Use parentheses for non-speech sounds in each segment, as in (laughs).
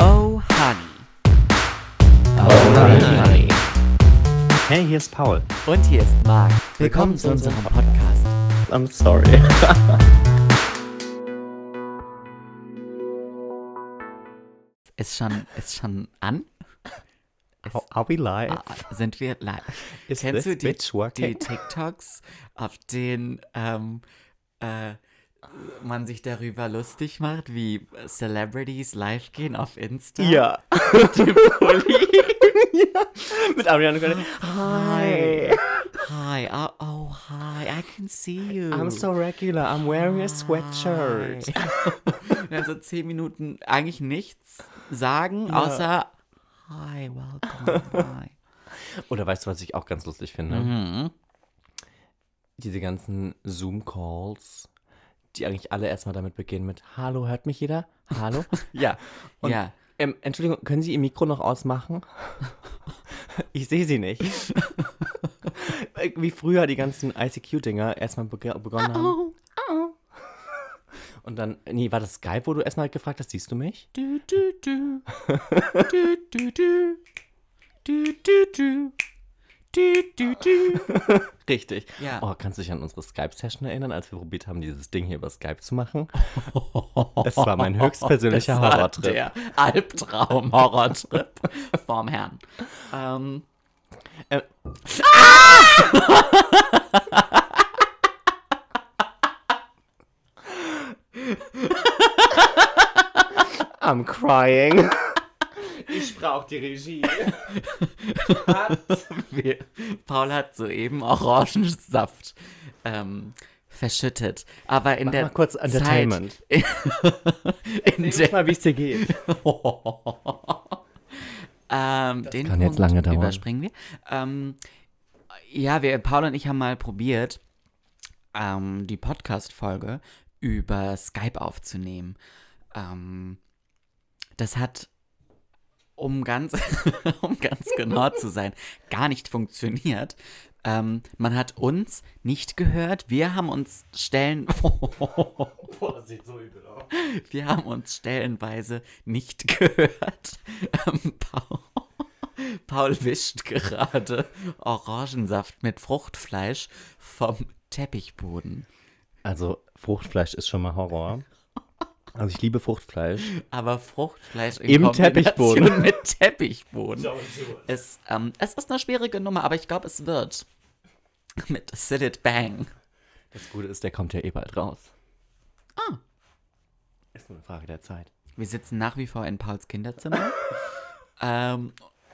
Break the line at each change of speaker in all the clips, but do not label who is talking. Oh, Honey.
Alright, honey.
Hey, hier ist Paul.
Und hier ist Marc. Willkommen zu unserem Podcast.
I'm sorry.
Ist schon, ist schon an? Ist,
Are we live?
(laughs)
ah, sind wir live?
Is this
Kennst du die,
bitch working?
die TikToks, auf denen ähm, äh, man sich darüber lustig macht, wie Celebrities live gehen auf
(laughs)
Insta?
ja.
Die
(laughs)
Pulli.
Mit Ariana Grande.
Hi. Hi. Oh, oh, hi. I can see you.
I'm so regular. I'm wearing a sweatshirt.
Und dann so zehn Minuten eigentlich nichts sagen, außer Hi,
(laughs)
welcome, hi.
Oder weißt du, was ich auch ganz lustig finde?
Mhm.
Diese ganzen Zoom-Calls, die eigentlich alle erstmal damit beginnen mit Hallo, hört mich jeder?
(laughs)
Hallo? ja. Und,
Ja.
Ähm, Entschuldigung, können Sie Ihr Mikro noch ausmachen? (laughs) ich sehe
(laughs)
Sie nicht. Wie früher die ganzen ICQ-Dinger erstmal beg begonnen
Oh.
haben. Und dann, nee, war das Skype, wo du erstmal gefragt hast, siehst du mich?
Du, du, du. Du, du, du. Du, du, du. Du, du, du.
Richtig.
Ja.
Oh, kannst du dich an unsere Skype-Session erinnern, als wir probiert haben, dieses Ding hier über Skype
(laughs)
zu machen? Es war mein höchstpersönlicher
Das war
Horrortrip.
Der Albtraum-Horrortrip vom Herrn. Ähm,
Ähm,
I'm crying.
Ich brauche die Regie.
wir, Paul hat soeben Orangensaft ähm, verschüttet. Aber in der
mal kurz
Zeit,
Entertainment.
in
Guck
der,
mal, wie es dir geht.
ähm, den
kann
Punkt
jetzt lange dauern.
überspringen wir. Ähm, ja, wir, Paul und ich haben mal probiert, ähm, die Podcast-Folge über Skype aufzunehmen. Ähm, das hat, um ganz, (laughs) um ganz genau zu sein, gar nicht funktioniert. Ähm, man hat uns nicht gehört. Wir haben uns Stellen. (laughs) Wir haben uns stellenweise nicht (laughs) gehört. Ähm, Paul, Paul wischt gerade Orangensaft mit Fruchtfleisch vom Teppichboden.
Also, Fruchtfleisch ist schon mal Horror. Also, ich liebe Fruchtfleisch.
Aber Fruchtfleisch in
Im
Kombination (laughs)
Teppichboden.
mit Teppichboden. Es, ähm, es ist eine schwierige Nummer, aber ich glaube, es wird. Mit Sit It Bang.
Das Gute ist, der kommt ja eh bald raus. Ah. Ist nur eine Frage der Zeit.
Wir sitzen nach wie vor in Pauls Kinderzimmer. ähm,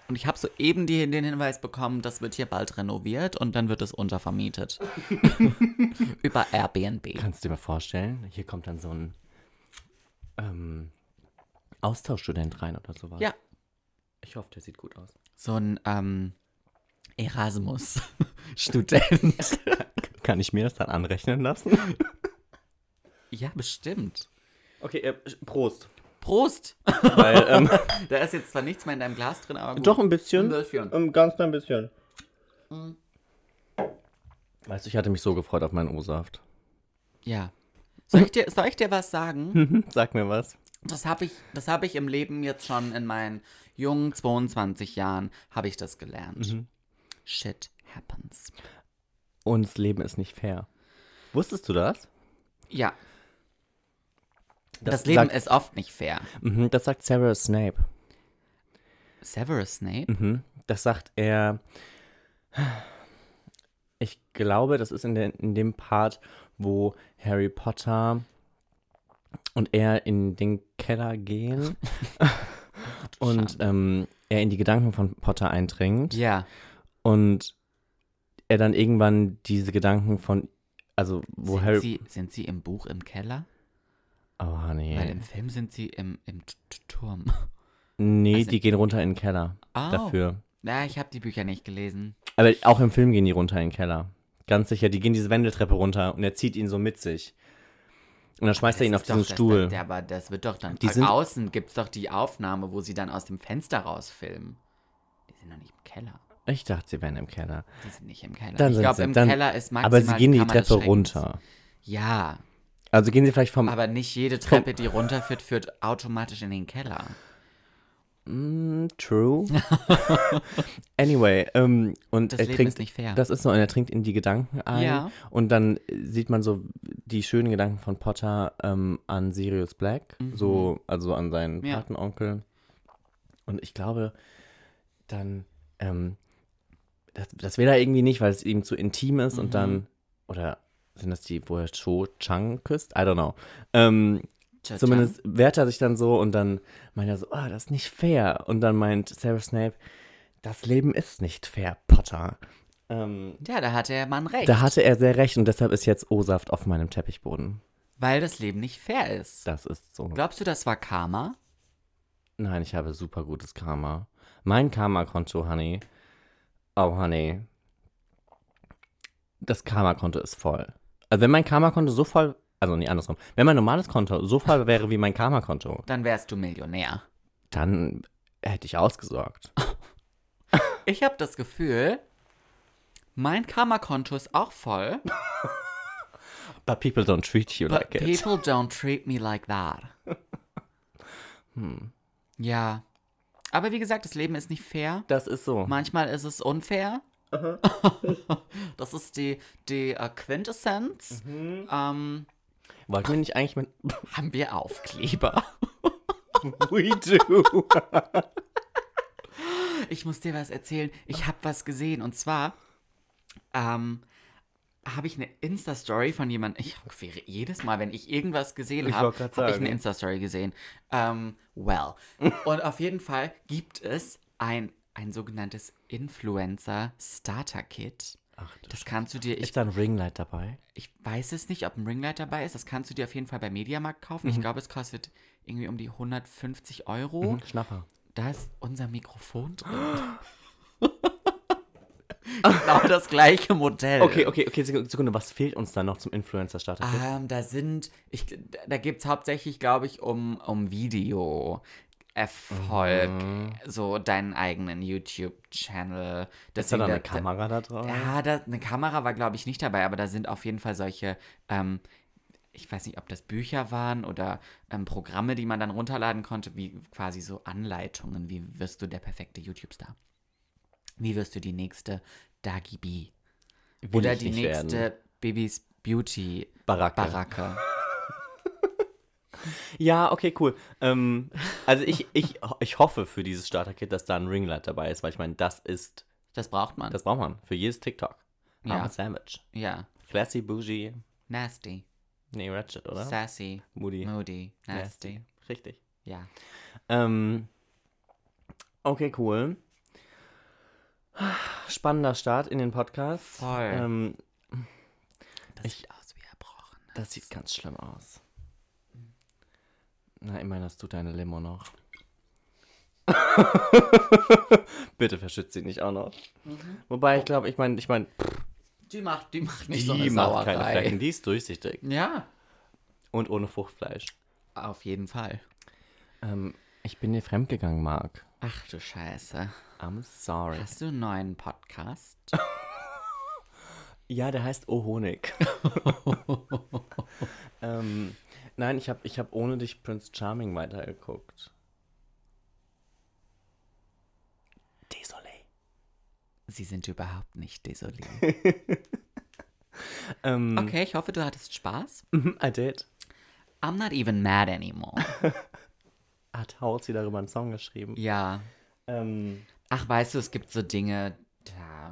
und ich habe soeben die, den Hinweis bekommen, das wird hier bald renoviert und dann wird es untervermietet. Über Airbnb.
Kannst du dir mal vorstellen, hier kommt dann so ein ähm, Austauschstudent rein oder sowas.
Ja,
Ich hoffe, der sieht gut aus.
so ein ähm, Erasmus-Student.
Kann ich mir das dann anrechnen lassen?
ja, bestimmt.
Okay, äh, Prost.
Prost!
Weil, (laughs) ähm,
Da ist jetzt zwar nichts mehr in deinem Glas drin, aber gut.
Doch ein
Ein
bisschen.
bisschen.
Ähm, ganz klein bisschen.
Mhm. weißt du, ich hatte mich so gefreut auf meinen O-Saft.
Ja. Soll ich, dir, soll ich dir was sagen?
Hm, Sag mir was.
Das habe ich, das hab ich im Leben jetzt schon in meinen jungen 22 Jahren, habe ich das gelernt.
Mhm.
Shit happens.
Und das Leben ist nicht fair. Wusstest du das?
Ja, das,
sagt-
Leben ist oft nicht fair.
Mhm, das sagt Severus Snape.
Severus Snape?
Mhm. Das sagt er. Ich glaube, das ist in, der, in dem Part, wo Harry Potter und er in den
(laughs)
Keller gehen und ähm, er in die Gedanken von Potter eindringt.
Ja,
Und er dann irgendwann diese Gedanken von, also wo
sind,
Harry.
sie, sind sie im Buch im Keller?
oh,
Weil
nee.
im Film sind sie im, im T- T- Turm. (laughs)
Nee,
also- Oh.
die gehen runter in den Keller
Au.
dafür.
Ja, ich habe die Bücher nicht gelesen.
Aber auch im Film gehen die runter in den Keller. Ganz sicher, die gehen diese Wendeltreppe runter und er zieht ihn so mit sich. Und dann schmeißt er ihn auf
Das ist
diesen
doch,
Stuhl.
Das, ja, aber das wird doch dann.
Die sind-
außen gibt es doch die Aufnahme, wo sie dann aus dem Fenster rausfilmen. Die sind doch nicht im Keller.
Ich dachte, sie wären im Keller.
Die sind nicht im Keller.
Dann
ich
sind
glaube,
sie-
im
dann-
Keller ist maximal
Aber sie gehen die
Kammer des
Treppe
Schreckens.
runter.
Ja,
Also gehen sie vielleicht vom.
aber nicht jede Treppe, die runterführt, führt automatisch in den Keller.
Mm,
(laughs)
true. anyway, ähm, und
Das
er
Leben
trinkt,
ist nicht fair.
das ist so, und er trinkt in die Gedanken ein.
Ja.
Und dann sieht man so die schönen Gedanken von Potter ähm, an Sirius Black, so, also an seinen
Mhm. Ja.
Patenonkel. Und ich glaube, dann, ähm, das, das will er irgendwie nicht, weil es ihm zu intim ist
Mhm.
und dann, oder sind das die, wo er Cho Chang küsst? I don't know. Ähm,
Cha-chan.
Zumindest wehrt er sich dann so und dann meint er so, oh, das ist nicht fair. Und dann meint Sarah Snape, das Leben ist nicht fair, Potter. Ähm,
Ja, da hat der Mann recht.
da hatte er sehr recht und deshalb ist jetzt O-Saft auf meinem Teppichboden.
weil das Leben nicht fair ist.
Das ist so.
Glaubst du, das war Karma?
Nein, ich habe super gutes Karma. Mein Karma-Konto, Honey. Oh, Honey. Das Karma-Konto ist voll. Also wenn mein Karma-Konto so voll, also nicht andersrum, wenn mein normales Konto so voll wäre wie mein Karma-Konto,
Dann wärst du Millionär.
dann hätte ich ausgesorgt.
Ich habe das Gefühl, mein Karma-Konto ist auch voll.
But people don't treat you
But
(laughs) like it.
people don't treat me like
(laughs)
that.
Hm.
Ja. Aber wie gesagt, das Leben ist nicht fair.
Das ist so.
Manchmal ist es unfair. (laughs) das ist die, die äh, Quintessenz. Ähm,
Wollten wir nicht eigentlich mit.
(laughs) haben wir Aufkleber? (laughs)
We do.
Ich muss dir was erzählen. Ich habe was gesehen. Und zwar ähm, habe ich eine Insta-Story von jemandem. Ich wäre jedes Mal, wenn ich irgendwas gesehen
Ich
habe,
wollt grad
habe ich
sagen.
eine Insta-Story gesehen. Ähm,
(laughs)
well. Und auf jeden Fall gibt es ein, ein sogenanntes Influencer-Starter-Kit.
Ach, du
Das kannst du dir, ich
ist da ein Ringlight dabei?
ich weiß es nicht, ob ein Ringlight dabei ist. Das kannst du dir auf jeden Fall bei Mediamarkt kaufen.
Mhm.
Ich glaube, es kostet irgendwie um die 150 Euro.
Schnapper.
Da ist unser Mikrofon drin.
(gasps)
genau das gleiche Modell.
Okay, okay, okay, Sekunde, Sekunde. Was fehlt uns dann noch zum Influencer-Starter?
Ähm, da sind, ich, da geht es hauptsächlich, glaube ich, um, um Video. Erfolg, so deinen eigenen YouTube-Channel.
Mhm. ist da
Deswegen
dann eine
da-
Kamera da drauf?
Ja, da, eine Kamera war, glaube ich, nicht dabei, aber da sind auf jeden Fall solche, ähm, ich weiß nicht, ob das Bücher waren oder ähm, Programme, die man dann runterladen konnte, wie quasi so Anleitungen. Wie wirst du der perfekte YouTube-Star? Wie wirst du die nächste Dagi B?
Will
Oder
ich
die
nicht
nächste
werden.
Babys Beauty
Baracke.
Baracke?
Ja, okay, cool. Ähm, also ich, ich, ich hoffe für dieses Starter-Kit, dass da ein Ringlight dabei ist, weil ich meine, das ist,
Das braucht man.
das braucht man für jedes TikTok.
Ja.
Armes Sandwich.
ja.
Classy, bougie,
Nasty.
nee, ratchet, oder?
Sassy.
Moody.
Moody. Nasty.
Nasty. Richtig.
Ja.
Ähm, okay, cool. Spannender Start in den Podcast.
Voll.
Ähm,
Das sieht aus wie erbrochen.
das sieht ganz schlimm aus. Na, immerhin hast du deine Limo noch. (laughs) Bitte verschützt sie nicht auch noch.
Mhm.
Wobei, ich glaube, ich meine, ich meine,
Die macht, die macht nicht
die
so eine
macht keine
Sauerei.
Flecken, die ist durchsichtig.
Ja.
Und
(laughs)
ohne Fruchtfleisch.
Auf jeden Fall.
Ähm, ich bin dir fremdgegangen, Marc.
Ach du Scheiße.
I'm sorry.
Hast du einen neuen Podcast?
Ja, der heißt
(laughs)
Oh Honig. ähm, nein, ich habe ich hab ohne dich Prince Charming weitergeguckt. Désolé.
Sie sind überhaupt nicht desoliert.
Ähm,
Okay, ich hoffe, du hattest Spaß.
mhm, (laughs) I did.
I'm not even mad anymore.
Hat Halsey darüber einen Song geschrieben.
Ja.
Ähm,
Ach, weißt du, es gibt so Dinge, da.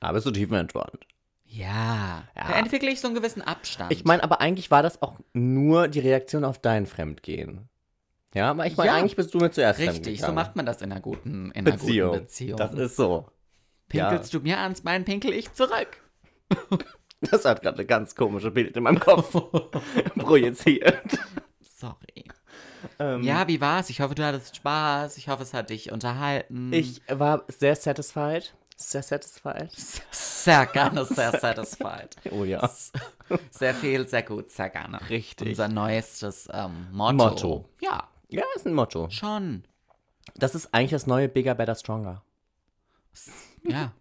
aber so tiefenentspannt.
Ja. Da entwickle ich so einen gewissen Abstand.
Ich meine, aber eigentlich war das auch nur die Reaktion auf dein Fremdgehen. Ja, aber ich meine,
Ja.
eigentlich bist du mir zuerst
Richtig, so
fremdgegangen.
macht man das in einer guten, in einer
Beziehung.
Guten Beziehung.
Das ist so.
Pinkelst du mir ans Bein, pinkel ich zurück.
Das hat gerade ganz komische Bild in
(laughs)
meinem Kopf (laughs) projiziert.
Sorry.
Ähm.
ja, wie war's? Ich hoffe, du hattest Spaß. Ich hoffe, es hat dich unterhalten.
Ich war sehr satisfied. Sehr satisfied.
Sehr gerne, sehr satisfied.
(laughs) Oh ja.
Sehr viel, sehr gut, sehr gerne.
Richtig.
Unser neuestes ähm, Motto.
Motto.
Ja,
Ja, ist ein Motto.
schon.
Das ist eigentlich das neue Bigger, Better, Stronger.
Ja,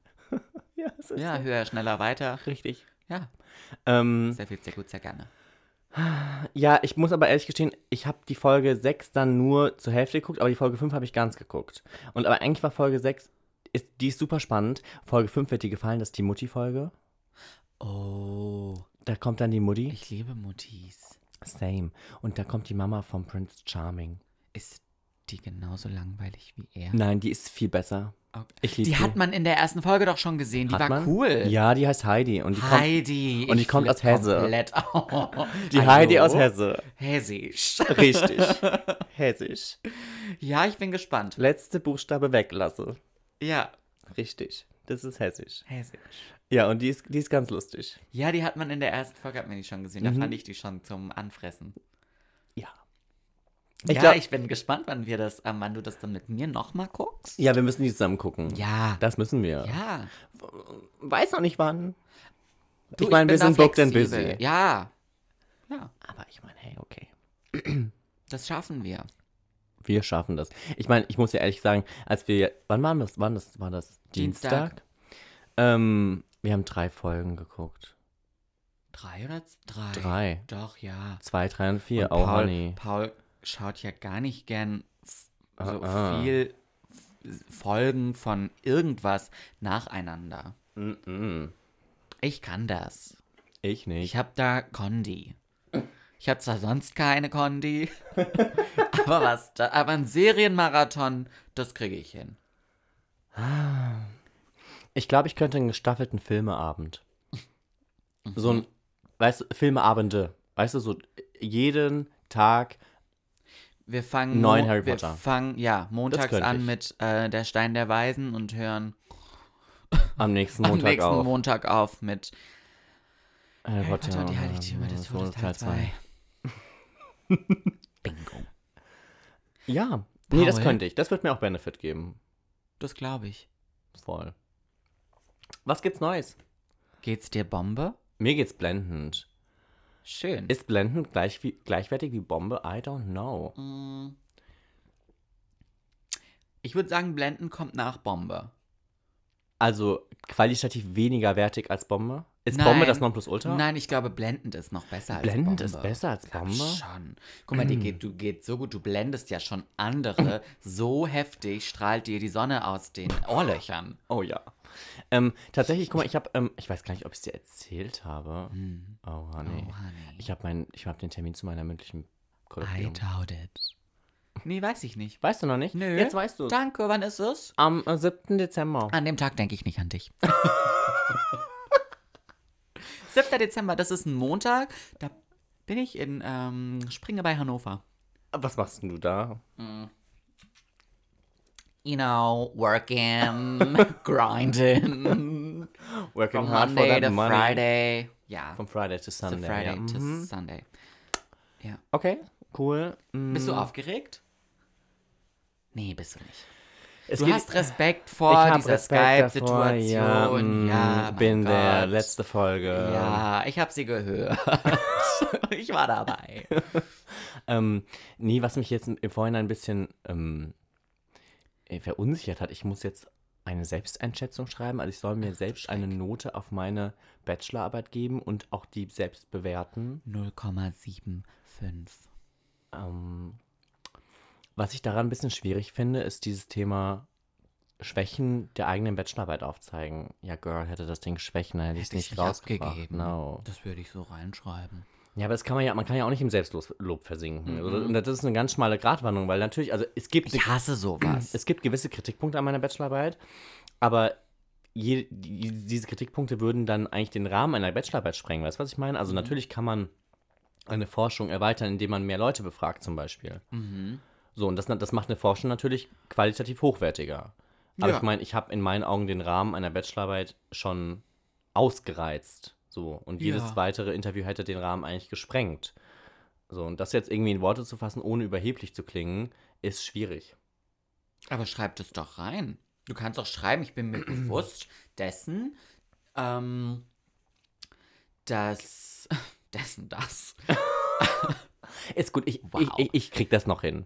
Ja, das ist
ja, höher, schneller, weiter.
richtig.
Ja,
Ähm,
sehr viel, sehr gut, sehr gerne.
Ja, ich muss aber ehrlich gestehen, ich habe die Folge 6 dann nur zur Hälfte geguckt, aber die Folge 5 habe ich ganz geguckt. Und aber eigentlich war Folge 6, ist, die ist super spannend. Folge 5 wird dir gefallen, das ist die Mutti-Folge.
Oh,
Da kommt dann die Mutti.
ich liebe Muttis.
Same. Und da kommt die Mama von Prince Charming.
Ist die genauso langweilig wie er?
Nein, die ist viel besser.
Okay.
Ich lieb
Die hat man in der ersten Folge doch schon gesehen. Die
Hat
war
man?
cool.
Ja, die heißt Heidi. Und die kommt,
Heidi.
und die kommt aus
flipp
Hesse.
Komplett. (laughs)
die Heidi aus Hesse.
Hessisch. (laughs)
Richtig. Hessisch.
Ja, ich bin gespannt.
Letzte Buchstabe weglasse.
Ja,
Richtig. Das ist hessisch.
Hessisch.
Ja, und die ist, die ist ganz lustig.
Ja, die hat man in der ersten Folge, hat man die schon gesehen. Da
Mhm.
fand ich die schon zum Anfressen.
Ja.
ja,
glaub-
ich bin gespannt, wann wir das, ähm, wann du das dann mit mir nochmal guckst.
Ja, wir müssen die zusammen gucken.
Ja.
Das müssen wir.
ja.
Weiß noch nicht wann.
Du,
ich meine, wir
bin da
sind booked and
flexibel.
busy.
Ja. Ja,
Aber ich meine, hey, okay.
das schaffen wir.
Wir schaffen das. Ich meine, ich muss ja ehrlich sagen, als wir, wann waren das? Wann das? War das Dienstag?
Dienstag.
Ähm, wir haben drei Folgen geguckt.
Drei oder z- drei?
Drei.
Doch, ja.
Zwei, drei und vier.
Und
oh,
Paul,
honey.
Paul schaut ja gar nicht gern f- so
Ah, ah.
viel f- Folgen von irgendwas nacheinander.
Mm-mm.
Ich kann das.
Mm, Ich nicht.
Ich habe da Condi. Ich habe zwar sonst keine
(laughs)
Condi, (laughs) aber was da, aber ein Serienmarathon, das kriege ich hin.
Ich glaube, ich könnte einen gestaffelten Filmeabend.
Mhm.
So ein, weißt du, Filmeabende. Weißt du, so jeden Tag.
Wir fangen
Neuen
mo-
Harry
wir
Potter.
fangen ja montags
könnte ich.
an mit äh, der Stein der Weisen und hören
Am nächsten
am
Montag
nächsten
auf.
Montag auf mit
Harry
Harry Potter und die
äh,
Heiligtümer des Todes Teil 2. Bingo.
Ja. Nee, das
Paul.
könnte ich. Das wird mir auch Benefit geben.
Das glaube ich.
Voll. Was gibt's Neues?
Geht's dir Bombe?
Mir geht's blendend.
Schön.
Ist blendend gleich wie, gleichwertig wie Bombe? I don't know.
Mm. ich würde sagen, Blenden kommt nach Bombe.
Also qualitativ weniger wertig als Bombe? Ist
Nein.
Bombe das Nonplusultra?
Nein, ich glaube, blendend ist noch besser als
Blendend
Bombe.
ist besser als
Glaub
Bombe?
Schon. Guck mal, die geht, du geht so gut, du blendest ja schon (clears throat) andere. so heftig strahlt dir die Sonne aus den Ohrlöchern.
Oh ja. Ähm, tatsächlich, guck mal, ich habe, ähm, ich weiß gar nicht, ob ich es dir erzählt habe. Oh, honey.
Oh, honey.
Ich habe meinen, ich habe den Termin zu meiner mündlichen
I
Korrektur.
doubt it. Nee, weiß ich nicht.
Weißt du noch nicht?
Nö.
Jetzt weißt du es.
Danke, wann ist es?
Am äh, 7. Dezember.
An dem Tag denke ich nicht an dich. (laughs) 7. Dezember, das ist ein Montag. Da bin ich in ähm, Springe bei Hannover.
Was machst denn du da?
You know, (laughs) working, grinding.
Working
From
hard for
Monday
that
to
money.
Friday. Ja.
From Friday to
to
Sunday.
Friday
ja.
to
Mhm.
Sunday. Ja.
Okay, cool. Mm.
Bist du aufgeregt? Nee, bist du nicht.
Es
Du
geht-
hast Respekt vor
hab
dieser
Respekt davor,
Skype-Situation. Ja,
mm,
mein
bin der
Gott.
letzte Folge.
Ja, ich habe sie gehört. (laughs) ich war dabei.
Ähm, nee, was mich jetzt im Vorhinein ein bisschen ähm, äh, verunsichert hat, ich muss jetzt eine Selbsteinschätzung schreiben. Also ich soll mir selbst eine Note auf meine Bachelorarbeit geben und auch die selbst bewerten.
0,75.
Ähm, was ich daran ein bisschen schwierig finde, ist dieses Thema Schwächen der eigenen Bachelorarbeit aufzeigen. Ja, Girl, hätte das Ding Schwächen, dann hätte ich es nicht rausgebracht. No.
Das würde ich so reinschreiben.
Ja, aber das kann man ja, man kann ja auch nicht im Selbstlob versinken. Oder? Und das ist eine ganz schmale Gratwanderung, weil natürlich, also es gibt eine
Ich hasse
(clears throat)
sowas.
es gibt gewisse Kritikpunkte an meiner Bachelorarbeit, aber je, die, diese Kritikpunkte würden dann eigentlich den Rahmen einer Bachelorarbeit sprengen. Weißt du, was ich meine? Also
Mhm.
natürlich kann man eine Forschung erweitern, indem man mehr Leute befragt zum Beispiel.
Mhm.
So, und das, das macht eine Forschung natürlich qualitativ hochwertiger. Aber
Ja.
ich meine, ich habe in meinen Augen den Rahmen einer Bachelorarbeit schon ausgereizt. So, und jedes
Ja.
weitere Interview hätte den Rahmen eigentlich gesprengt. So, und das jetzt irgendwie in Worte zu fassen, ohne überheblich zu klingen, ist schwierig.
Aber schreib das doch rein. Du kannst doch schreiben, ich bin
(clears throat)
mir bewusst dessen, ähm, dass. (laughs) Dessen
(laughs)
das.
Ist gut, ich,
Wow.
ich, ich, ich krieg das noch hin.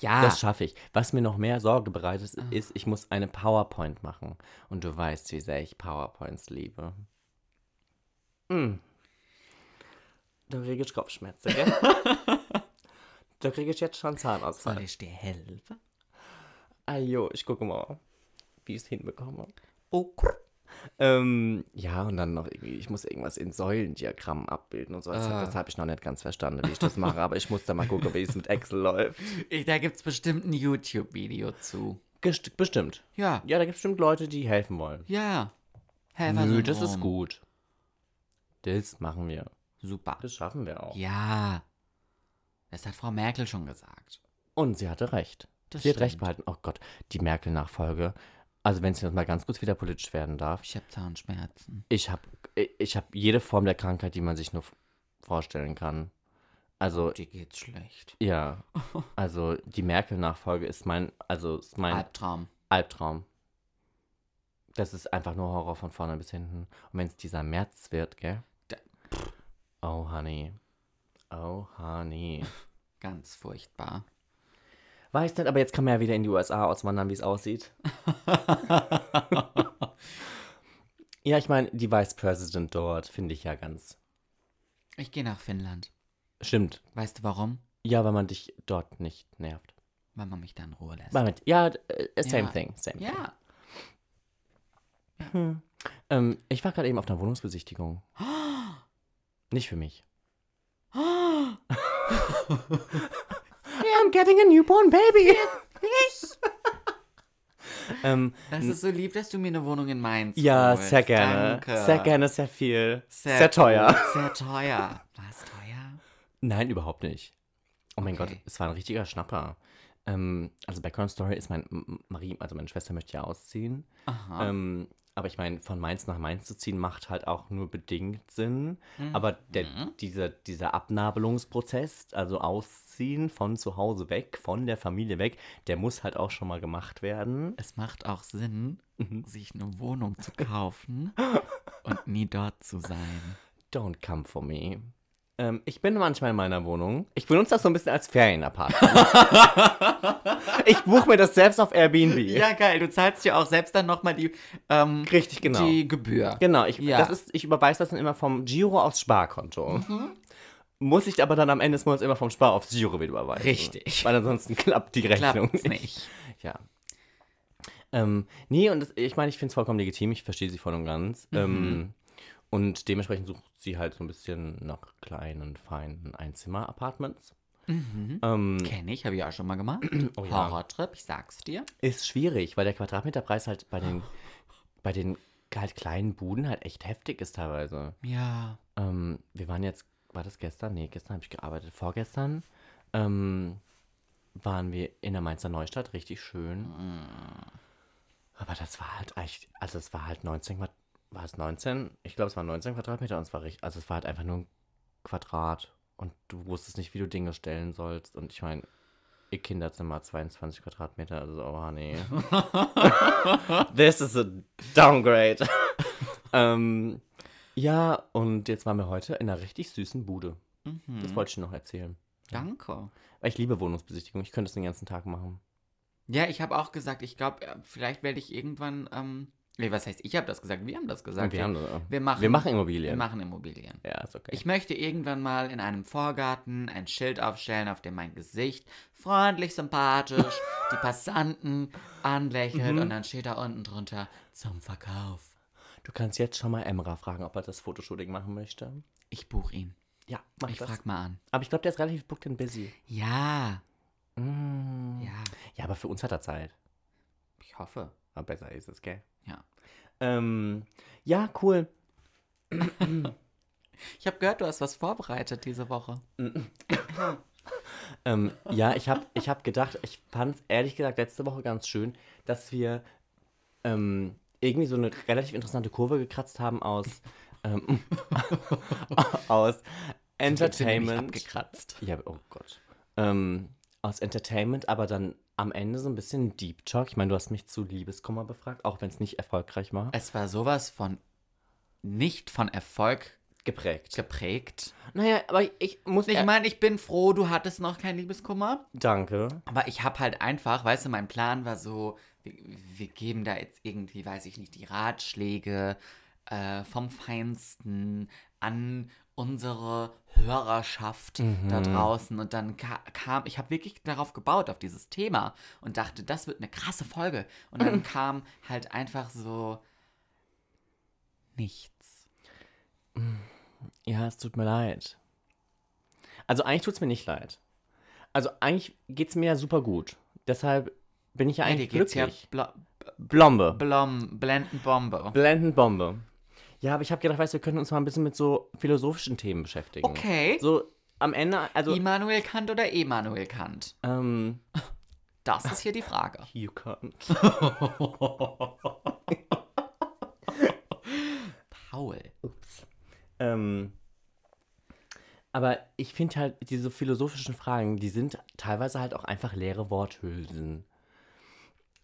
Ja,
Das schaffe ich. Was mir noch mehr Sorge bereitet, ist, ich muss eine PowerPoint machen. Und du weißt, Hm. wie sehr ich PowerPoints liebe. Mm. Dann kriege ich Kopfschmerzen, gell? (laughs) da kriege ich jetzt schon
Soll
Zahnausfall.
ich dir helfen?
Ah jo, ich gucke mal, wie ich es hinbekomme.
Oh,
Ähm, ja, und dann noch irgendwie, ich muss irgendwas in Säulendiagrammen abbilden und so. Das, das habe ich noch nicht ganz verstanden, wie ich das mache, aber ich muss da mal gucken, wie es mit Excel läuft.
ich, da gibt's bestimmt ein YouTube-Video zu.
Gest bestimmt.
Ja,
Ja, da gibt es bestimmt Leute, die helfen wollen.
ja. Helfer
Nö, das ist
Syndrom.
gut. Das machen wir.
Super.
Das schaffen wir auch.
Ja. Das hat Frau Merkel schon gesagt.
Und sie hatte recht.
Das
sie hat recht
stimmt.
behalten. Oh Gott, die Merkel-Nachfolge. Also wenn es jetzt mal ganz kurz wieder politisch werden darf.
Ich habe Zahnschmerzen.
Ich habe ich hab jede Form der Krankheit, die man sich nur f- vorstellen kann. Also,
Dir geht's schlecht.
ja.
(laughs)
Also die Merkel-Nachfolge ist mein, also ist mein
Albtraum.
Albtraum. Das ist einfach nur Horror von vorne bis hinten. Und wenn es dieser März wird, gell?
Da-
Oh, honey. Oh, honey.
Ganz furchtbar.
Weiß nicht, aber jetzt kann man ja wieder in die USA auswandern, wie es
(laughs)
aussieht. ja, ich meine, die Vice President dort finde ich ja ganz.
Ich gehe nach Finnland.
Stimmt.
Weißt du warum?
Ja, weil man dich dort nicht nervt.
Weil man mich da in Ruhe lässt.
Weil man, ja, äh, same
Ja.
thing. Same thing.
ja.
Ähm, ich war gerade eben auf
(gasps)
einer Wohnungsbesichtigung. Nicht für mich. (laughs) yeah, I'm getting a newborn baby. (laughs) Ich. ähm,
Das ist so lieb, dass du mir eine Wohnung in Mainz
ja,
holst.
sehr gerne.
Danke.
Sehr gerne, sehr viel. Sehr,
gut,
teuer.
Sehr teuer. War es teuer?
Nein, überhaupt nicht. Oh mein
Okay.
Gott, es war ein richtiger Schnapper. Ähm, also Background Story ist mein M- Marie, also meine Schwester möchte ja ausziehen.
Aha.
Ähm, aber ich meine, von Mainz nach Mainz zu ziehen, macht halt auch nur bedingt Sinn.
Mhm.
Aber der, dieser, dieser Abnabelungsprozess, also Ausziehen von zu Hause weg, von der Familie weg, der muss halt auch schon mal gemacht werden.
Es macht auch Sinn,
Mhm.
sich eine Wohnung zu kaufen
(laughs)
und nie dort zu sein.
Don't come for me. Ähm, ich bin manchmal in meiner Wohnung. Ich benutze das so ein bisschen
(laughs)
als Ferienapartment. ich buche mir das selbst auf Airbnb.
Ja, geil. Du zahlst ja auch selbst dann nochmal die, ähm,
Richtig, genau.
die Gebühr.
Genau, ich,
Ja.
das ist, ich überweise das dann immer vom Giro aufs Sparkonto.
Mhm.
Muss ich aber dann am Ende des Monats immer vom Spar aufs Giro wieder überweisen.
Richtig.
Weil ansonsten (laughs) klappt die Rechnung
Klappt's nicht.
Ja. Ähm, nee, und das, ich meine, ich finde es vollkommen legitim, ich verstehe sie voll und ganz.
Mhm.
Ähm, und dementsprechend sucht sie halt so ein bisschen nach kleinen, feinen Einzimmer-Apartments.
Mhm.
Ähm,
Kenn ich, habe ich auch schon mal gemacht.
Oh ja.
Horrortrip, ich sag's dir.
Ist schwierig, weil der Quadratmeterpreis halt bei den,
Oh.
bei den halt kleinen Buden halt echt heftig ist teilweise.
(laughs) Ja.
Ähm, wir waren jetzt, war das gestern? Nee, gestern habe ich gearbeitet. Vorgestern ähm, waren wir in der Mainzer Neustadt, richtig schön. Aber das war halt echt, also es war halt 19, Quad- war es 19? Ich glaube, es waren 19 Quadratmeter und es war richtig, also es war halt einfach nur ein Quadrat und du wusstest nicht, wie du Dinge stellen sollst. Und ich meine, ihr Kinderzimmer hat 22 Quadratmeter, also oh nee.
Mhm.
This is a downgrade. (laughs) ähm, ja, und jetzt waren wir heute in einer richtig süßen Bude.
Mhm.
Das wollte ich dir noch erzählen.
Danke.
Weil ich liebe Wohnungsbesichtigung. Ich könnte es den ganzen Tag machen.
Ja, ich habe auch gesagt, ich glaube, vielleicht werde ich irgendwann. Ähm, nee, was heißt, ich habe das gesagt? Wir haben das gesagt.
Und wir, haben, äh,
wir machen-
wir machen Immobilien.
wir machen Immobilien.
ja, ist okay.
Ich möchte irgendwann mal in einem Vorgarten ein Schild aufstellen, auf dem mein Gesicht freundlich,
(laughs)
sympathisch die Passanten
Mhm.
anlächelt und dann steht da unten drunter zum Verkauf.
du kannst jetzt schon mal Emra fragen, ob er das Fotoshooting machen möchte.
Ich buche ihn.
Ja, mach
Ich
das.
frag mal an.
Aber ich glaube, der ist relativ booked and busy.
Ja. Mm. Ja.
Ja, aber für uns hat er Zeit.
Ich hoffe.
Aber besser ist es, gell?
Ja.
Ähm, ja, cool.
Ich habe gehört, du hast was vorbereitet diese Woche.
Ähm, ja, ich habe ich hab gedacht, ich fand es ehrlich gesagt letzte Woche ganz schön, dass wir ähm, irgendwie so eine relativ interessante Kurve gekratzt haben aus, ähm, (laughs) aus Entertainment.
abgekratzt.
Ja, oh Gott. Ähm, aus Entertainment, aber dann am Ende so ein bisschen Deep Talk. Ich meine, du hast mich zu Liebeskummer befragt, auch wenn es nicht erfolgreich war.
Es war sowas von nicht von Erfolg
Geprägt.
geprägt.
Naja, aber ich muss äh,
Ich meine, ich bin froh, du hattest noch kein Liebeskummer.
Danke.
Aber ich habe halt einfach, weißt du, mein Plan war so, wir, wir geben da jetzt irgendwie, weiß ich nicht, die Ratschläge äh, vom Feinsten an unsere Hörerschaft da draußen. Und dann ka kam, ich habe wirklich darauf gebaut, auf dieses Thema und dachte, das wird eine krasse Folge. Und dann kam halt einfach so nichts.
Ja, es tut mir leid. Also eigentlich tut es mir nicht leid. Also eigentlich geht es mir ja super gut. Deshalb bin ich ja
Ja, dir
eigentlich
geht's ja
glücklich.
bla-
Blombe.
blom, Blendenbombe.
Blendenbombe. Ja, aber ich habe gedacht, weißt du, wir können uns mal ein bisschen mit so philosophischen Themen beschäftigen.
Okay.
So am Ende, also.
Immanuel Kant oder Emanuel Kant?
Ähm,
Das ist hier die Frage.
you can't.
(laughs) Paul.
Ähm, aber ich finde halt, diese philosophischen Fragen, die sind teilweise halt auch einfach leere Worthülsen.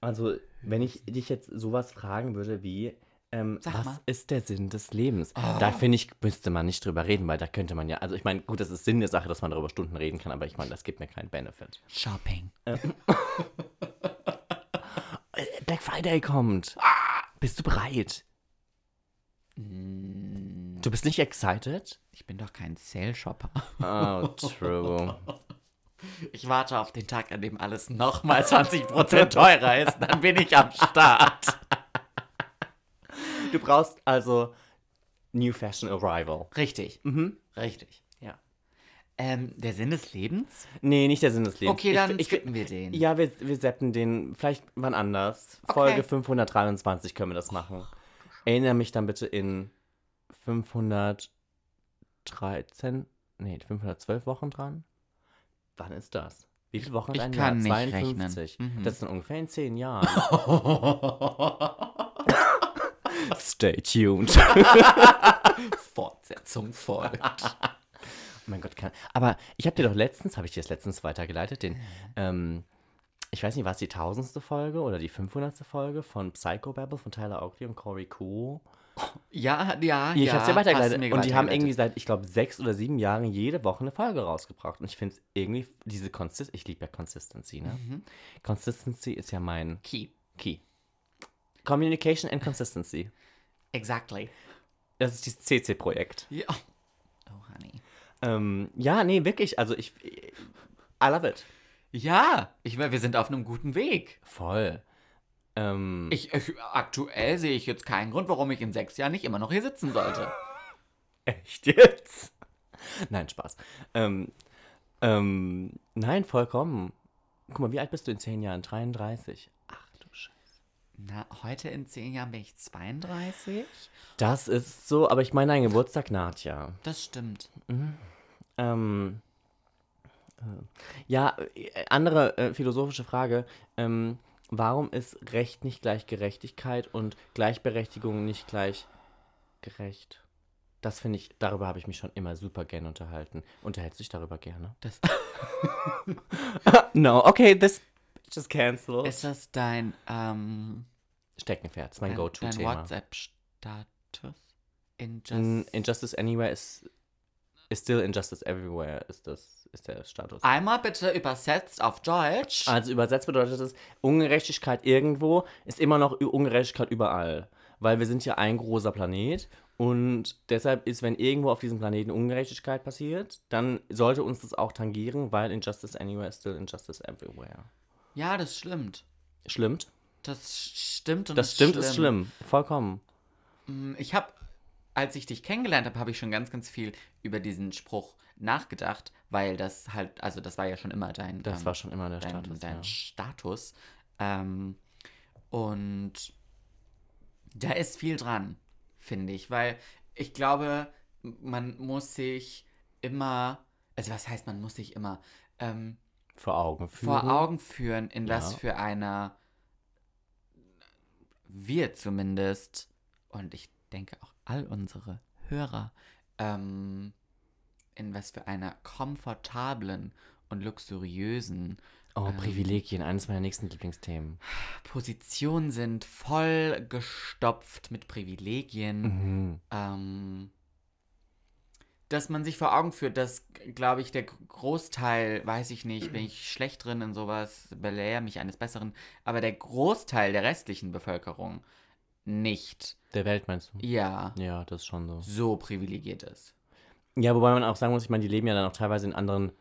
Also, wenn ich dich jetzt sowas fragen würde wie, ähm,
Sag
was
mal. Oh.
ist der Sinn des Lebens? Da finde ich, müsste man nicht drüber reden, weil da könnte man ja, also ich meine, gut, das ist Sinn der Sache, dass man darüber Stunden reden kann, aber ich meine, das gibt mir keinen Benefit.
Shopping. Äh,
Black Friday kommt.
Ah.
Bist du bereit? Du bist nicht
(laughs)
excited?
Ich bin doch kein Sale-Shopper.
Oh, true.
Ich warte auf den Tag, an dem alles nochmal 20% teurer ist. Dann bin ich am Start.
Du brauchst also New Fashion Arrival.
Richtig. Richtig.
Ja.
Ähm, der Sinn des Lebens?
Nee, nicht der Sinn des Lebens.
Okay,
Ich-
dann
ich,
skippen wir den.
Ja, wir, wir seppen den. Vielleicht wann anders. Folge 523 können wir das machen. Erinnere mich dann bitte in 513. Nee, 512 Wochen dran. Wann ist das? Wie viele Wochen
Ich
in einem
kann
Jahr?
nicht rechnen. Mhm.
Das sind ungefähr in
(laughs)
10 Jahren. Stay tuned.
Fortsetzung folgt.
Oh mein Gott, kann, aber ich habe dir doch letztens, habe ich dir das letztens weitergeleitet, den, ähm, ich weiß nicht, war es die tausendste Folge oder die 500. Folge von Psychobabble von Tyler Oakley und Corey Kuo?
(laughs) ja, ja, ja.
Ich habe es dir
hast du mir
weitergeleitet und die haben
weitergeleitet.
irgendwie seit, ich glaube, sechs oder sieben Jahren jede Woche eine Folge rausgebracht und ich finde irgendwie diese Consistency, ich liebe ja Consistency, ne?
Mhm.
Consistency ist ja mein
Key.
Key. Communication and Consistency.
Exactly.
Das ist dieses CC-Projekt.
Ja. Oh, honey.
Ähm, ja, nee, wirklich, also ich, I love it.
Ja, ich, mein, wir sind auf einem guten Weg.
Voll. Ähm,
Ich, ich, aktuell sehe ich jetzt keinen Grund, warum ich in sechs Jahren nicht immer noch hier sitzen sollte.
(laughs) Echt jetzt? Nein, Spaß. Ähm, ähm, nein, vollkommen. Guck mal, wie alt bist du in zehn Jahren? 33. Ach du Scheiße.
Na, heute in zehn Jahren bin ich 32.
Das ist so, aber ich meine, dein Geburtstag naht ja.
Das stimmt.
Ähm, äh, ja, äh, andere äh, philosophische Frage. Ähm, warum ist Recht nicht gleich Gerechtigkeit und Gleichberechtigung nicht gleich gerecht? Das finde ich, darüber habe ich mich schon immer super gern unterhalten. Unterhältst du dich darüber gerne?
Das
(laughs) No, okay, this just cancel.
ist das dein, ähm,
Steckenpferd, ist mein
dein, dein
Go-To-Thema.
WhatsApp-Status? In
Mm,
just
Injustice Anywhere ist, ist still Injustice Everywhere, ist das, ist der Status.
Einmal bitte übersetzt auf Deutsch.
Also übersetzt bedeutet es, Ungerechtigkeit irgendwo ist immer noch Ü- Ungerechtigkeit überall. Weil wir sind ja ein großer Planet und deshalb ist, wenn irgendwo auf diesem Planeten Ungerechtigkeit passiert, dann sollte uns das auch tangieren, weil Injustice Anywhere ist still Injustice Everywhere.
Ja, das stimmt.
Schlimmt?
Das sch- stimmt und
Das stimmt, ist schlimm. Vollkommen.
Ich habe, als ich dich kennengelernt habe, habe ich schon ganz, ganz viel über diesen Spruch nachgedacht, weil das halt, also das war ja schon immer dein,
Das
ähm,
war schon immer der
dein,
Status.
dein
ja.
Status. Ähm, und da ist viel dran, finde ich, weil ich glaube, man muss sich immer, also was heißt, man muss sich immer ähm,
Vor Augen führen.
vor Augen führen, in was
Ja.
für einer wir zumindest und ich denke auch all unsere Hörer, ähm, in was für einer komfortablen und luxuriösen
Oh,
Ähm.
Privilegien, eines meiner nächsten Lieblingsthemen.
Position sind, vollgestopft mit Privilegien.
Mhm.
Ähm, dass man sich vor Augen führt, dass, glaube ich, der Großteil, weiß ich nicht, bin ich schlecht drin in sowas, belehre mich eines Besseren, aber der Großteil der restlichen Bevölkerung nicht,
Der Welt meinst du?
ja,
Ja, das ist schon so.
so privilegiert ist.
Ja, wobei man auch sagen muss, ich meine, die leben ja dann auch teilweise in anderen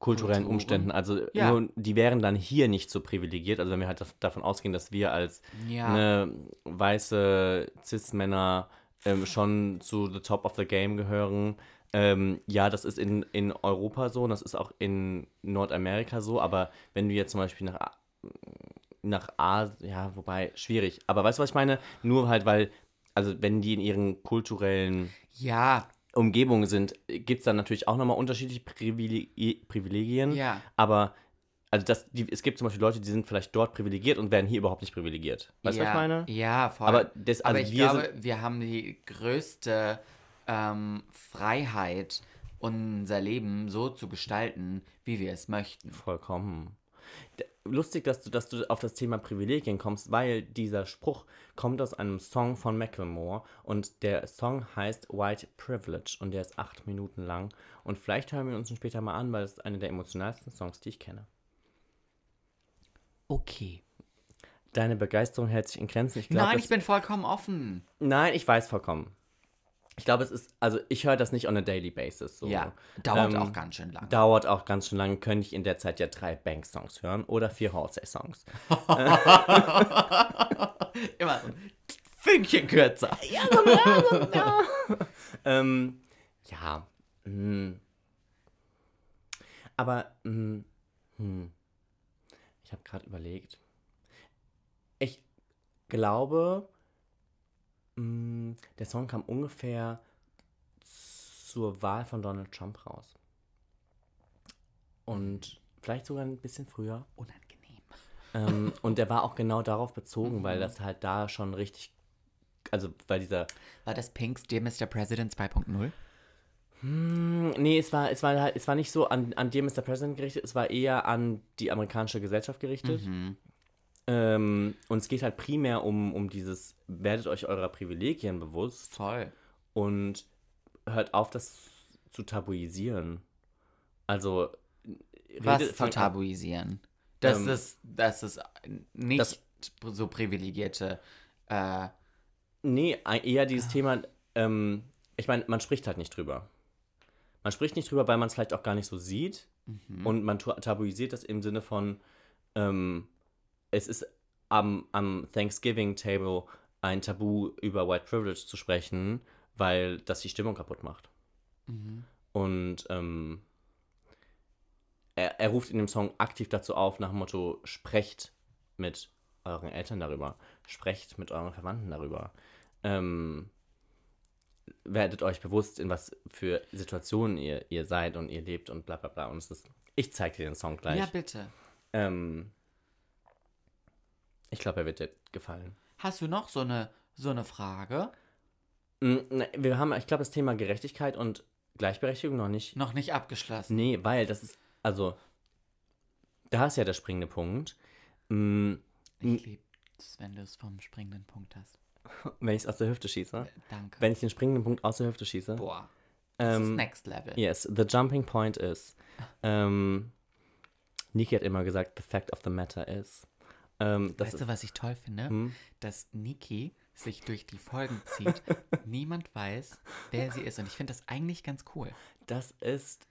kulturellen
Kulturen.
Umständen. Also
Ja.
nur, die wären dann hier nicht so privilegiert. Also wenn wir halt dav- davon ausgehen, dass wir als
Ja.
ne, weiße Cis-Männer ähm, schon zu the top of the game gehören. Ähm, ja, das ist in, in Europa so und das ist auch in Nordamerika so, aber wenn du jetzt zum Beispiel nach, A- nach Asien, ja, wobei, schwierig. Aber weißt du, was ich meine? Nur halt, weil, also wenn die in ihren kulturellen
Ja,
Umgebungen sind, gibt es dann natürlich auch nochmal unterschiedliche Privile- Privilegien.
ja.
Aber also das, die, es gibt zum Beispiel Leute, die sind vielleicht dort privilegiert und werden hier überhaupt nicht privilegiert. Weißt du,
ja,
was ich meine?
Ja, voll.
Aber, das, also
Aber ich
wir
glaube,
sind,
wir haben die größte ähm, Freiheit, unser Leben so zu gestalten, wie wir es möchten.
vollkommen. D- Lustig, dass du, dass du auf das Thema Privilegien kommst, weil dieser Spruch kommt aus einem Song von Macklemore und der Song heißt White Privilege und der ist acht Minuten lang und vielleicht hören wir uns ihn später mal an, weil es ist einer der emotionalsten Songs, die ich kenne.
Okay.
Deine Begeisterung hält sich in Grenzen. Ich glaub,
Nein,
das-
ich bin vollkommen offen.
Nein, ich weiß vollkommen. Ich glaube, es ist, also ich höre das nicht on a daily basis. So.
Ja, dauert
Ähm,
auch ganz schön lang.
Dauert auch ganz schön lange. Könnte ich in der Zeit ja drei Bank-Songs hören oder vier Halsey-Songs.
(laughs) Immer so ein Fünkchen kürzer.
(laughs) Ähm, ja. Hm. Aber, hm, hm. ich habe gerade überlegt. Ich glaube, hm, der Song kam ungefähr zur Wahl von Donald Trump raus. Und vielleicht sogar ein bisschen früher.
Unangenehm.
Ähm, und der war auch genau darauf bezogen, weil das halt da schon richtig, also weil dieser
War das Pink's Dear Mr. President 2.0?
Mm, Nee, es war, es war, halt- es war nicht so an, an dem Mr. President gerichtet, es war eher an die amerikanische Gesellschaft gerichtet.
Mhm.
Ähm, und es geht halt primär um, um dieses, werdet euch eurer Privilegien bewusst
Voll.
und hört auf, das zu tabuisieren. Also,
Was
redet-
zu
fangt an-
tabuisieren. Dass,
Ähm,
es, dass es nicht
das-
so privilegierte. Äh,
Nee, ei- eher dieses Thema, ähm, ich meine, man spricht halt nicht drüber. Man spricht nicht drüber, weil man es vielleicht auch gar nicht so sieht. Und man tu- tabuisiert das im Sinne von, ähm, es ist am, am Thanksgiving-Table ein Tabu über White Privilege zu sprechen, weil das die Stimmung kaputt macht.
mhm.
Und ähm, er, er ruft in dem Song aktiv dazu auf, nach dem Motto, sprecht mit euren Eltern darüber, sprecht mit euren Verwandten darüber. Ähm, werdet euch bewusst, in was für Situationen ihr, ihr seid und ihr lebt und bla bla bla. Und es ist, ich zeig dir den Song gleich.
Ja, bitte.
ähm, ich glaube, er wird dir gefallen.
Hast du noch so eine, so eine Frage?
Mm, ne, Wir haben, ich glaube, das Thema Gerechtigkeit und Gleichberechtigung noch nicht
Noch nicht abgeschlossen.
Nee, weil das ist, also, da ist ja der springende Punkt. Mm,
Ich liebe es, wenn du es vom springenden Punkt hast. Äh,
Wenn ich es aus der Hüfte schieße.
Danke.
Wenn ich den springenden Punkt aus der Hüfte schieße.
Boah, das ist
ähm,
Next Level.
yes, the jumping point is. Ähm, Niki hat immer gesagt, the fact of the matter is. Ähm, das
weißt du, was ich toll finde?
Hm?
Dass Niki sich durch die Folgen
(laughs)
zieht. Niemand weiß, wer sie ist. Und ich finde das eigentlich ganz cool.
Das ist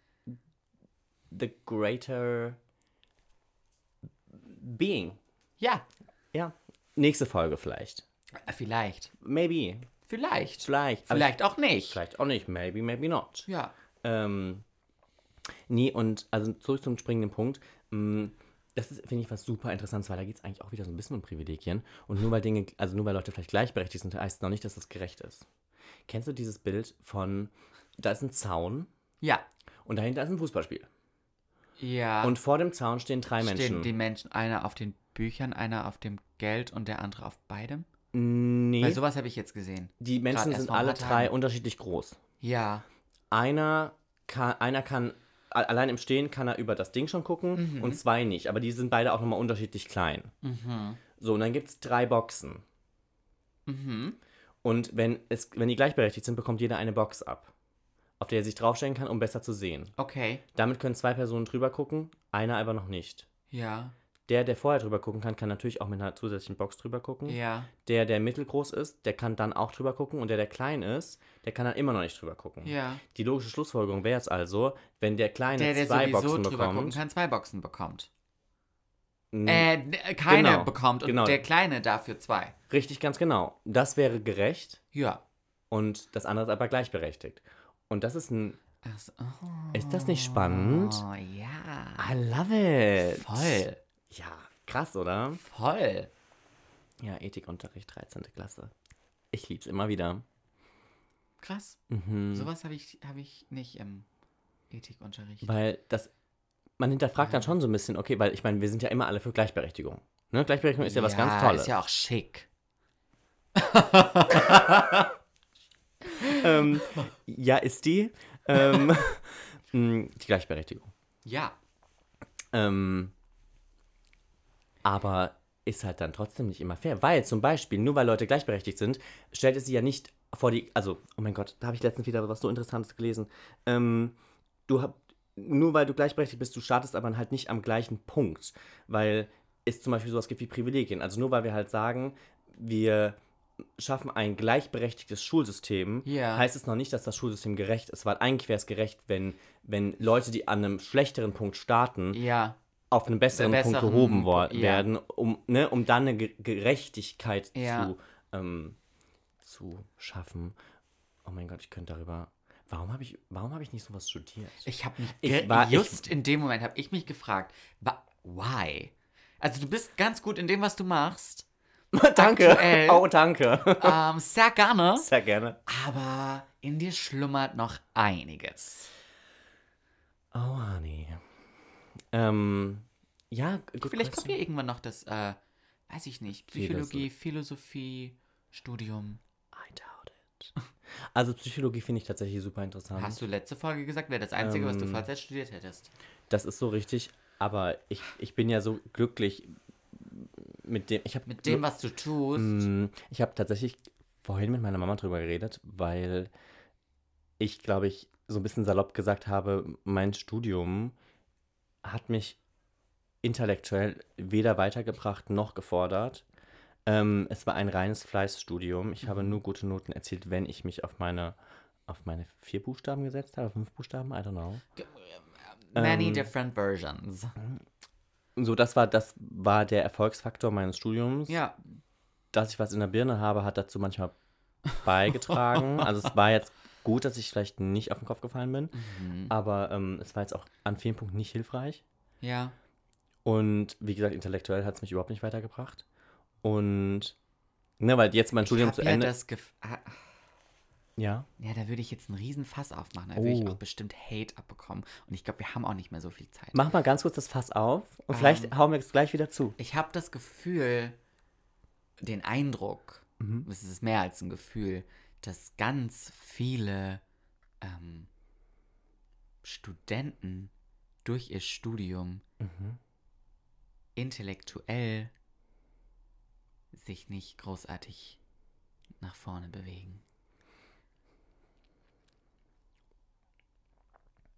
the greater being.
Ja,
Ja. Nächste Folge vielleicht.
vielleicht.
Maybe.
Vielleicht.
Vielleicht. Aber
Vielleicht auch nicht.
Vielleicht auch nicht. Maybe, maybe not.
Ja.
Ähm, nee, und also zurück zum springenden Punkt. Mm, Das ist, finde ich, was super Interessantes, weil da geht es eigentlich auch wieder so ein bisschen um Privilegien. Und nur weil Dinge, also nur weil Leute vielleicht gleichberechtigt sind, heißt es noch nicht, dass das gerecht ist. Kennst du dieses Bild von, da ist ein Zaun
Ja.
und dahinter ist ein Fußballspiel.
Ja.
Und vor dem Zaun stehen drei
stehen
Menschen.
die Menschen, einer auf den Büchern, einer auf dem Geld und der andere auf beidem?
Hm? nee,
Weil sowas habe ich jetzt gesehen.
die
Gerade
Menschen
erst
sind
vor ein
alle
paar
drei
Tagen.
unterschiedlich groß.
Ja.
einer kann, einer kann a- allein im Stehen kann er über das Ding schon gucken
Mhm.
und zwei nicht. Aber die sind beide auch nochmal unterschiedlich klein. So, und dann gibt es drei Boxen.
Mhm.
Und wenn, es, wenn die gleichberechtigt sind, bekommt jeder eine Box ab, auf der er sich draufstellen kann, um besser zu sehen.
Okay.
Damit können zwei Personen drüber gucken, einer aber noch nicht.
Ja.
Der, der vorher drüber gucken kann, kann natürlich auch mit einer zusätzlichen Box drüber gucken.
Ja.
Der, der mittelgroß ist, der kann dann auch drüber gucken. Und der, der klein ist, der kann dann immer noch nicht drüber gucken.
Ja.
Die logische Schlussfolgerung wäre jetzt also, wenn der Kleine
Der, der
zwei
sowieso
Boxen
drüber gucken
bekommt.
kann, zwei Boxen bekommt.
n-
Äh, n- äh, keine
Genau,
bekommt und
genau.
der Kleine dafür zwei.
Richtig, ganz genau. Das wäre gerecht
Ja.
und das andere ist aber gleichberechtigt. Und das ist ein.
Ach so.
Ist das nicht spannend?
Oh, ja.
I love it.
Voll.
Ja, krass, oder?
Voll.
Ja, Ethikunterricht, 13. Klasse. Ich lieb's immer wieder.
Krass.
Mhm.
Sowas habe ich, hab ich nicht im Ethikunterricht.
Weil das, man hinterfragt dann schon so ein bisschen, okay, weil ich meine, wir sind ja immer alle für Gleichberechtigung. Ne? Gleichberechtigung ist ja, was ganz Tolles.
Ist ja auch schick.
ähm, ja, ist die. Ähm, (laughs) mh, die Gleichberechtigung.
Ja.
Ähm, aber ist halt dann trotzdem nicht immer fair. Weil zum Beispiel, nur weil Leute gleichberechtigt sind, stellt es sie ja nicht vor die. Also, oh mein Gott, da habe ich letztens wieder was so Interessantes gelesen. Ähm, du hab, nur weil du gleichberechtigt bist, du startest aber halt nicht am gleichen Punkt. Weil es zum Beispiel sowas gibt wie Privilegien. Also nur weil wir halt sagen, wir schaffen ein gleichberechtigtes Schulsystem,
Ja.
heißt es noch nicht, dass das Schulsystem gerecht ist. Weil eigentlich wäre es gerecht, wenn, wenn Leute, die an einem schlechteren Punkt starten,
Ja.
auf einen besseren,
Besseren
Punkt gehoben wo
Punkt, ja.
werden, um, ne, um dann eine Ge- Gerechtigkeit
Ja.
zu, ähm, zu schaffen. Oh mein Gott, ich könnte darüber. Warum habe ich, warum habe ich nicht sowas
(laughs)
studiert?
Ich habe mich
Ich
ge-
war- ich-
just in dem Moment habe ich mich gefragt, wa- why? Also du bist ganz gut in dem, was du machst.
(laughs) danke.
aktuell-
Oh, danke.
Ähm, sehr gerne.
(laughs) Sehr gerne.
Aber in dir schlummert noch einiges.
Oh, honey. Ähm, ja, good
Vielleicht kommt
question.
ja irgendwann noch das, äh, weiß ich nicht, Psychologie, Philosophie, Studium.
I doubt it. Also Psychologie finde ich tatsächlich super interessant.
Hast du letzte Folge gesagt, wäre das Einzige, was
Ähm,
du Vollzeit studiert hättest.
Das ist so richtig, aber ich, ich bin ja so glücklich mit dem. Ich hab
Mit dem, was du tust.
Mm, Ich habe tatsächlich vorhin mit meiner Mama drüber geredet, weil ich, glaube ich, so ein bisschen salopp gesagt habe, mein Studium hat mich intellektuell weder weitergebracht noch gefordert. Ähm, es war ein reines Fleißstudium. Ich habe nur gute Noten erzielt, wenn ich mich auf meine, auf meine vier Buchstaben gesetzt habe, fünf Buchstaben, I don't know.
Many
ähm,
different versions.
So, das war, das war der Erfolgsfaktor meines Studiums.
Ja,
dass ich was in der Birne habe, hat dazu manchmal
(laughs)
beigetragen. also es war jetzt gut, dass ich vielleicht nicht auf den Kopf gefallen bin, aber ähm, es war jetzt auch an vielen Punkten nicht hilfreich.
ja.
Und wie gesagt, intellektuell hat es mich überhaupt nicht weitergebracht. Und ne, weil jetzt mein Studium
Hab
zu
ja
Ende.
Das Gef ah,
ja.
ja, da würde ich jetzt einen riesen Fass aufmachen. Da würde ich
Oh.
auch bestimmt Hate abbekommen. Und ich glaube, wir haben auch nicht mehr so viel Zeit.
Mach mal ganz kurz das Fass auf
Ähm.
und vielleicht hauen wir es gleich wieder zu.
Ich habe das Gefühl, den Eindruck, es ist mehr als ein Gefühl, dass ganz viele ähm, Studenten durch ihr Studium
Mhm.
intellektuell sich nicht großartig nach vorne bewegen.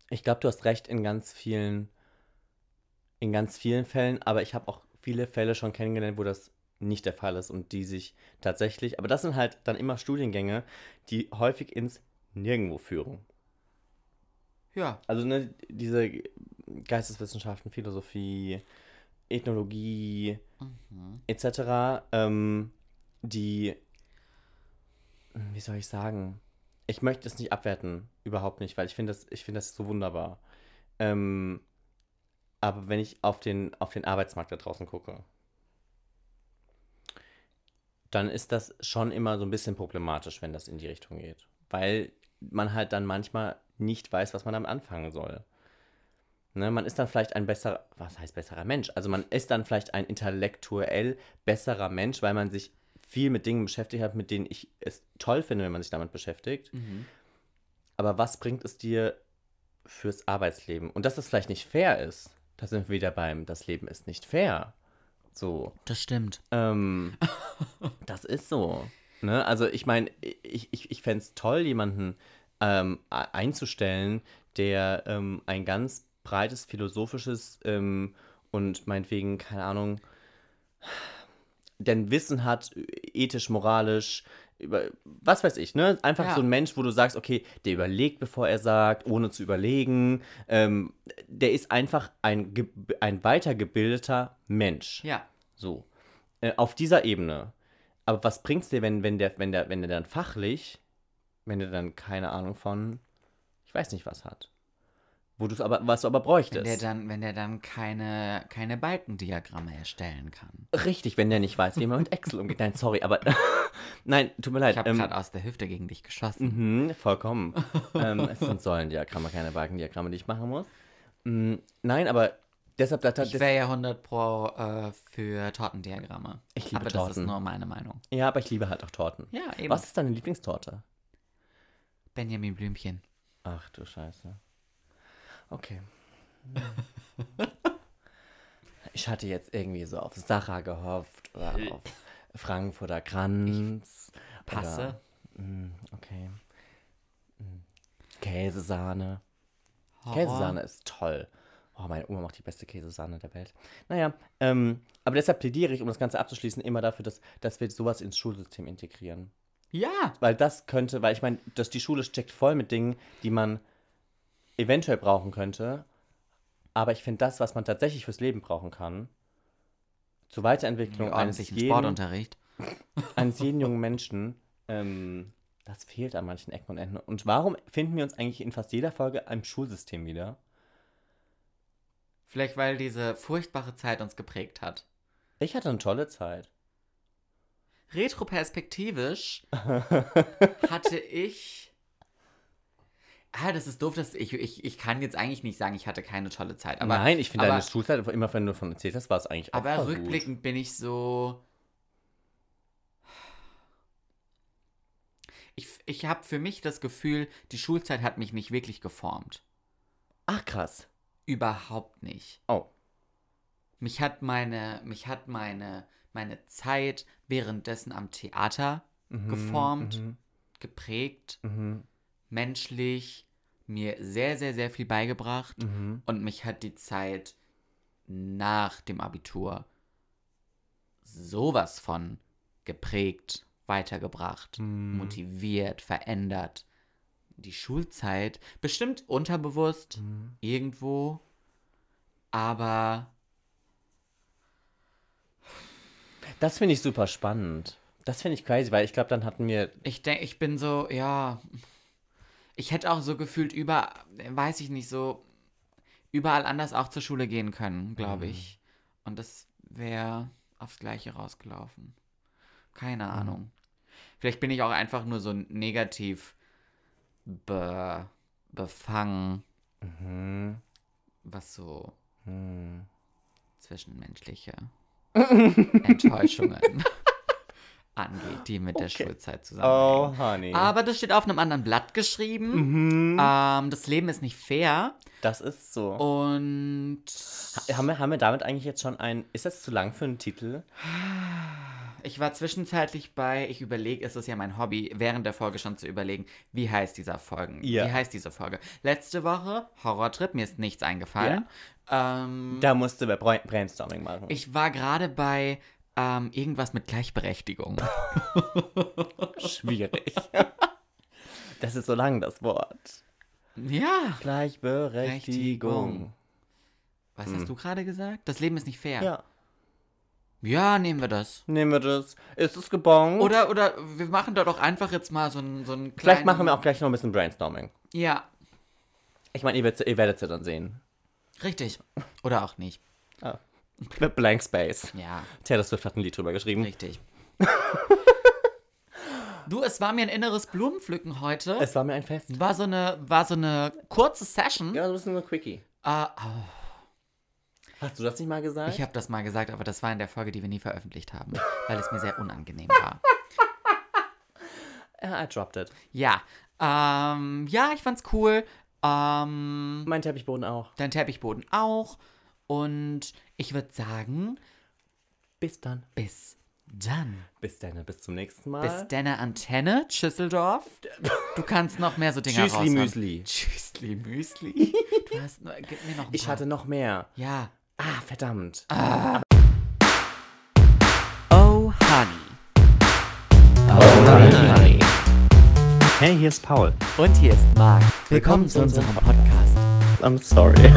Ich glaube, du hast recht in ganz vielen, in ganz vielen Fällen, aber ich habe auch viele Fälle schon kennengelernt, wo das nicht der Fall ist und die sich tatsächlich, aber das sind halt dann immer Studiengänge, die häufig ins Nirgendwo führen.
Ja,
Also ne, diese Geisteswissenschaften, Philosophie, Ethnologie
Mhm.
etc., ähm, die, hm, wie soll ich sagen, ich möchte es nicht abwerten, überhaupt nicht, weil ich finde das, ich finde das so wunderbar. Ähm, aber wenn ich auf den, auf den Arbeitsmarkt da draußen gucke, dann ist das schon immer so ein bisschen problematisch, wenn das in die Richtung geht. Weil man halt dann manchmal nicht weiß, was man damit anfangen soll. Ne, man ist dann vielleicht ein besserer, was heißt besserer Mensch? Also man ist dann vielleicht ein intellektuell besserer Mensch, weil man sich viel mit Dingen beschäftigt hat, mit denen ich es toll finde, wenn man sich damit beschäftigt.
Mhm.
Aber was bringt es dir fürs Arbeitsleben? Und dass das vielleicht nicht fair ist, da sind wir wieder beim, das Leben ist nicht fair. So.
das stimmt.
Ähm, das ist so. Ne? Also ich meine, ich, ich, ich fände es toll, jemanden ähm, a- einzustellen, der ähm, ein ganz breites philosophisches ähm, und meinetwegen, keine Ahnung, denn Wissen hat, ethisch, moralisch, über, was weiß ich, ne? Einfach
Ja.
so ein Mensch, wo du sagst, okay, der überlegt, bevor er sagt, ohne zu überlegen. Ähm, der ist einfach ein, ge- ein weitergebildeter Mensch.
Ja.
So. Äh, auf dieser Ebene. Aber was bringt's dir, wenn, wenn der, wenn der, wenn der dann fachlich, wenn der dann keine Ahnung von, ich weiß nicht was hat. Wo du aber, was du aber
Wenn der
bräuchtest.
dann, wenn der dann keine, keine Balkendiagramme erstellen kann.
Richtig, wenn der nicht weiß, wie man mit Excel umgeht. Nein, sorry, aber (laughs) nein, tut mir leid.
Ich halt habe
ähm,
gerade aus der Hüfte gegen dich geschossen.
Mhm, vollkommen. ähm, es sind Säulendiagramme, keine Balkendiagramme, die ich machen muss. Mm, Nein, aber deshalb, das, das,
Ich wäre ja 100 Pro äh, für Tortendiagramme.
Ich liebe
Aber das ist
Torten.
nur meine Meinung.
ja, aber ich liebe halt auch Torten.
Ja, eben.
Was ist deine Lieblingstorte?
Benjamin Blümchen.
Ach du Scheiße.
(laughs)
Okay. Ich hatte jetzt irgendwie so auf Sarah gehofft oder
Äh.
auf Frankfurter Kranz.
Passe.
Oder, mm, okay. Mm. Käsesahne.
Horror.
Käsesahne ist toll. Oh, meine Oma macht die beste Käsesahne der Welt. Naja, ähm, aber deshalb plädiere ich, um das Ganze abzuschließen, immer dafür, dass, dass wir sowas ins Schulsystem integrieren.
Ja.
Weil das könnte, weil ich meine, dass die Schule steckt voll mit Dingen, die man eventuell brauchen könnte. Aber ich finde das, was man tatsächlich fürs Leben brauchen kann, zur Weiterentwicklung eines
Ordentlichen
jeden,
Sportunterricht.
eines jeden jungen Menschen, ähm, das fehlt an manchen Ecken und Enden. Und warum finden wir uns eigentlich in fast jeder Folge im Schulsystem wieder?
Vielleicht, weil diese furchtbare Zeit uns geprägt hat.
Ich hatte eine tolle Zeit. (laughs)
Retroperspektivisch hatte ich. Ah, das ist doof, dass ich, ich, ich kann jetzt eigentlich nicht sagen, ich hatte keine tolle Zeit. Aber,
Nein, ich finde
aber-
deine Schulzeit, immer wenn du davon erzählt hast, war es eigentlich auch
Aber
voll gut.
rückblickend bin ich so. Ich, ich habe für mich das Gefühl, die Schulzeit hat mich nicht wirklich geformt.
Ach krass.
Überhaupt nicht.
Oh.
Mich hat meine, mich hat meine, meine Zeit währenddessen am Theater
Mhm,
Geformt.
mhm,
geprägt,
mhm,
menschlich, mir sehr, sehr, sehr viel beigebracht.
mhm.
Und mich hat die Zeit nach dem Abitur sowas von geprägt, weitergebracht,
Mhm.
motiviert, verändert. Die Schulzeit, bestimmt unterbewusst,
Mhm.
irgendwo, aber
Das finde ich super spannend. Das finde ich crazy, weil ich glaube, dann hatten wir.
ich denke, ich bin so, ja, ich hätte auch so gefühlt über, weiß ich nicht, so überall anders auch zur Schule gehen können, glaube ich. Und das wäre aufs Gleiche rausgelaufen. Keine Ahnung. Vielleicht bin ich auch einfach nur so negativ be befangen,
Mhm.
was so
Mhm.
zwischenmenschliche (laughs) Enttäuschungen angeht, die mit der Schulzeit zusammenhängen.
Oh, honey.
Aber das steht auf einem anderen Blatt geschrieben.
Mhm.
Ähm, das Leben ist nicht fair.
Das ist
Oh.
so.
Und
Ha- Haben, wir, haben wir damit eigentlich jetzt schon ein. Ist das zu lang für einen Titel?
ich war zwischenzeitlich bei, ich überlege, es ist ja mein Hobby, während der Folge schon zu überlegen, wie heißt dieser Folgen?
Ja.
Wie heißt diese Folge? Letzte Woche, Horrortrip, mir ist nichts eingefallen. Ähm,
Da musst du bei Bra- Brainstorming machen.
ich war gerade bei ähm, irgendwas mit Gleichberechtigung.
(laughs)
(laughs)
Schwierig. das ist so lang, das Wort.
ja.
Gleichberechtigung.
Was hast du gerade gesagt? Das Leben ist nicht fair.
Hm. Ja.
ja nehmen wir das.
Nehmen wir das. Ist es gebongt?
Oder, oder wir machen da doch einfach jetzt mal so einen, so einen kleinen.
Vielleicht machen wir auch gleich noch ein bisschen Brainstorming.
Ja,
Ich meine, ihr werdet ihr werdet's ja dann sehen.
richtig. Oder auch nicht.
Blank Space.
Ja,
Taylor Swift hat ein Lied drüber geschrieben. (laughs)
richtig. du, es war mir ein inneres Blumenpflücken heute.
Es war mir ein Fest.
war so eine, war so eine kurze Session.
Ja, so ein bisschen so quickie.
Ah, au.
Hast du das nicht mal gesagt?
ich habe das mal gesagt, aber das war in der Folge, die wir nie veröffentlicht haben, weil es mir sehr unangenehm
(laughs)
war.
Ja, Ah, I dropped it.
Ja, ähm, ja, ich fand's cool. Ähm,
Mein Teppichboden auch.
dein Teppichboden auch. Und ich würde sagen,
Bis dann.
bis dann.
Bis dann. Bis zum nächsten Mal.
Bis denne Antenne,
(laughs)
Schüsseldorf. Du kannst noch mehr so Dinger
Tschüssli
raushauen.
Müsli.
Tschüssli Müsli. Du hast nur, gib mir noch ein
Ich
paar.
hatte noch mehr.
Ja,
Ah, verdammt.
Oh, honey.
Hey, hier ist Paul.
Und hier ist Marc. Willkommen zu unserem Podcast.
I'm sorry.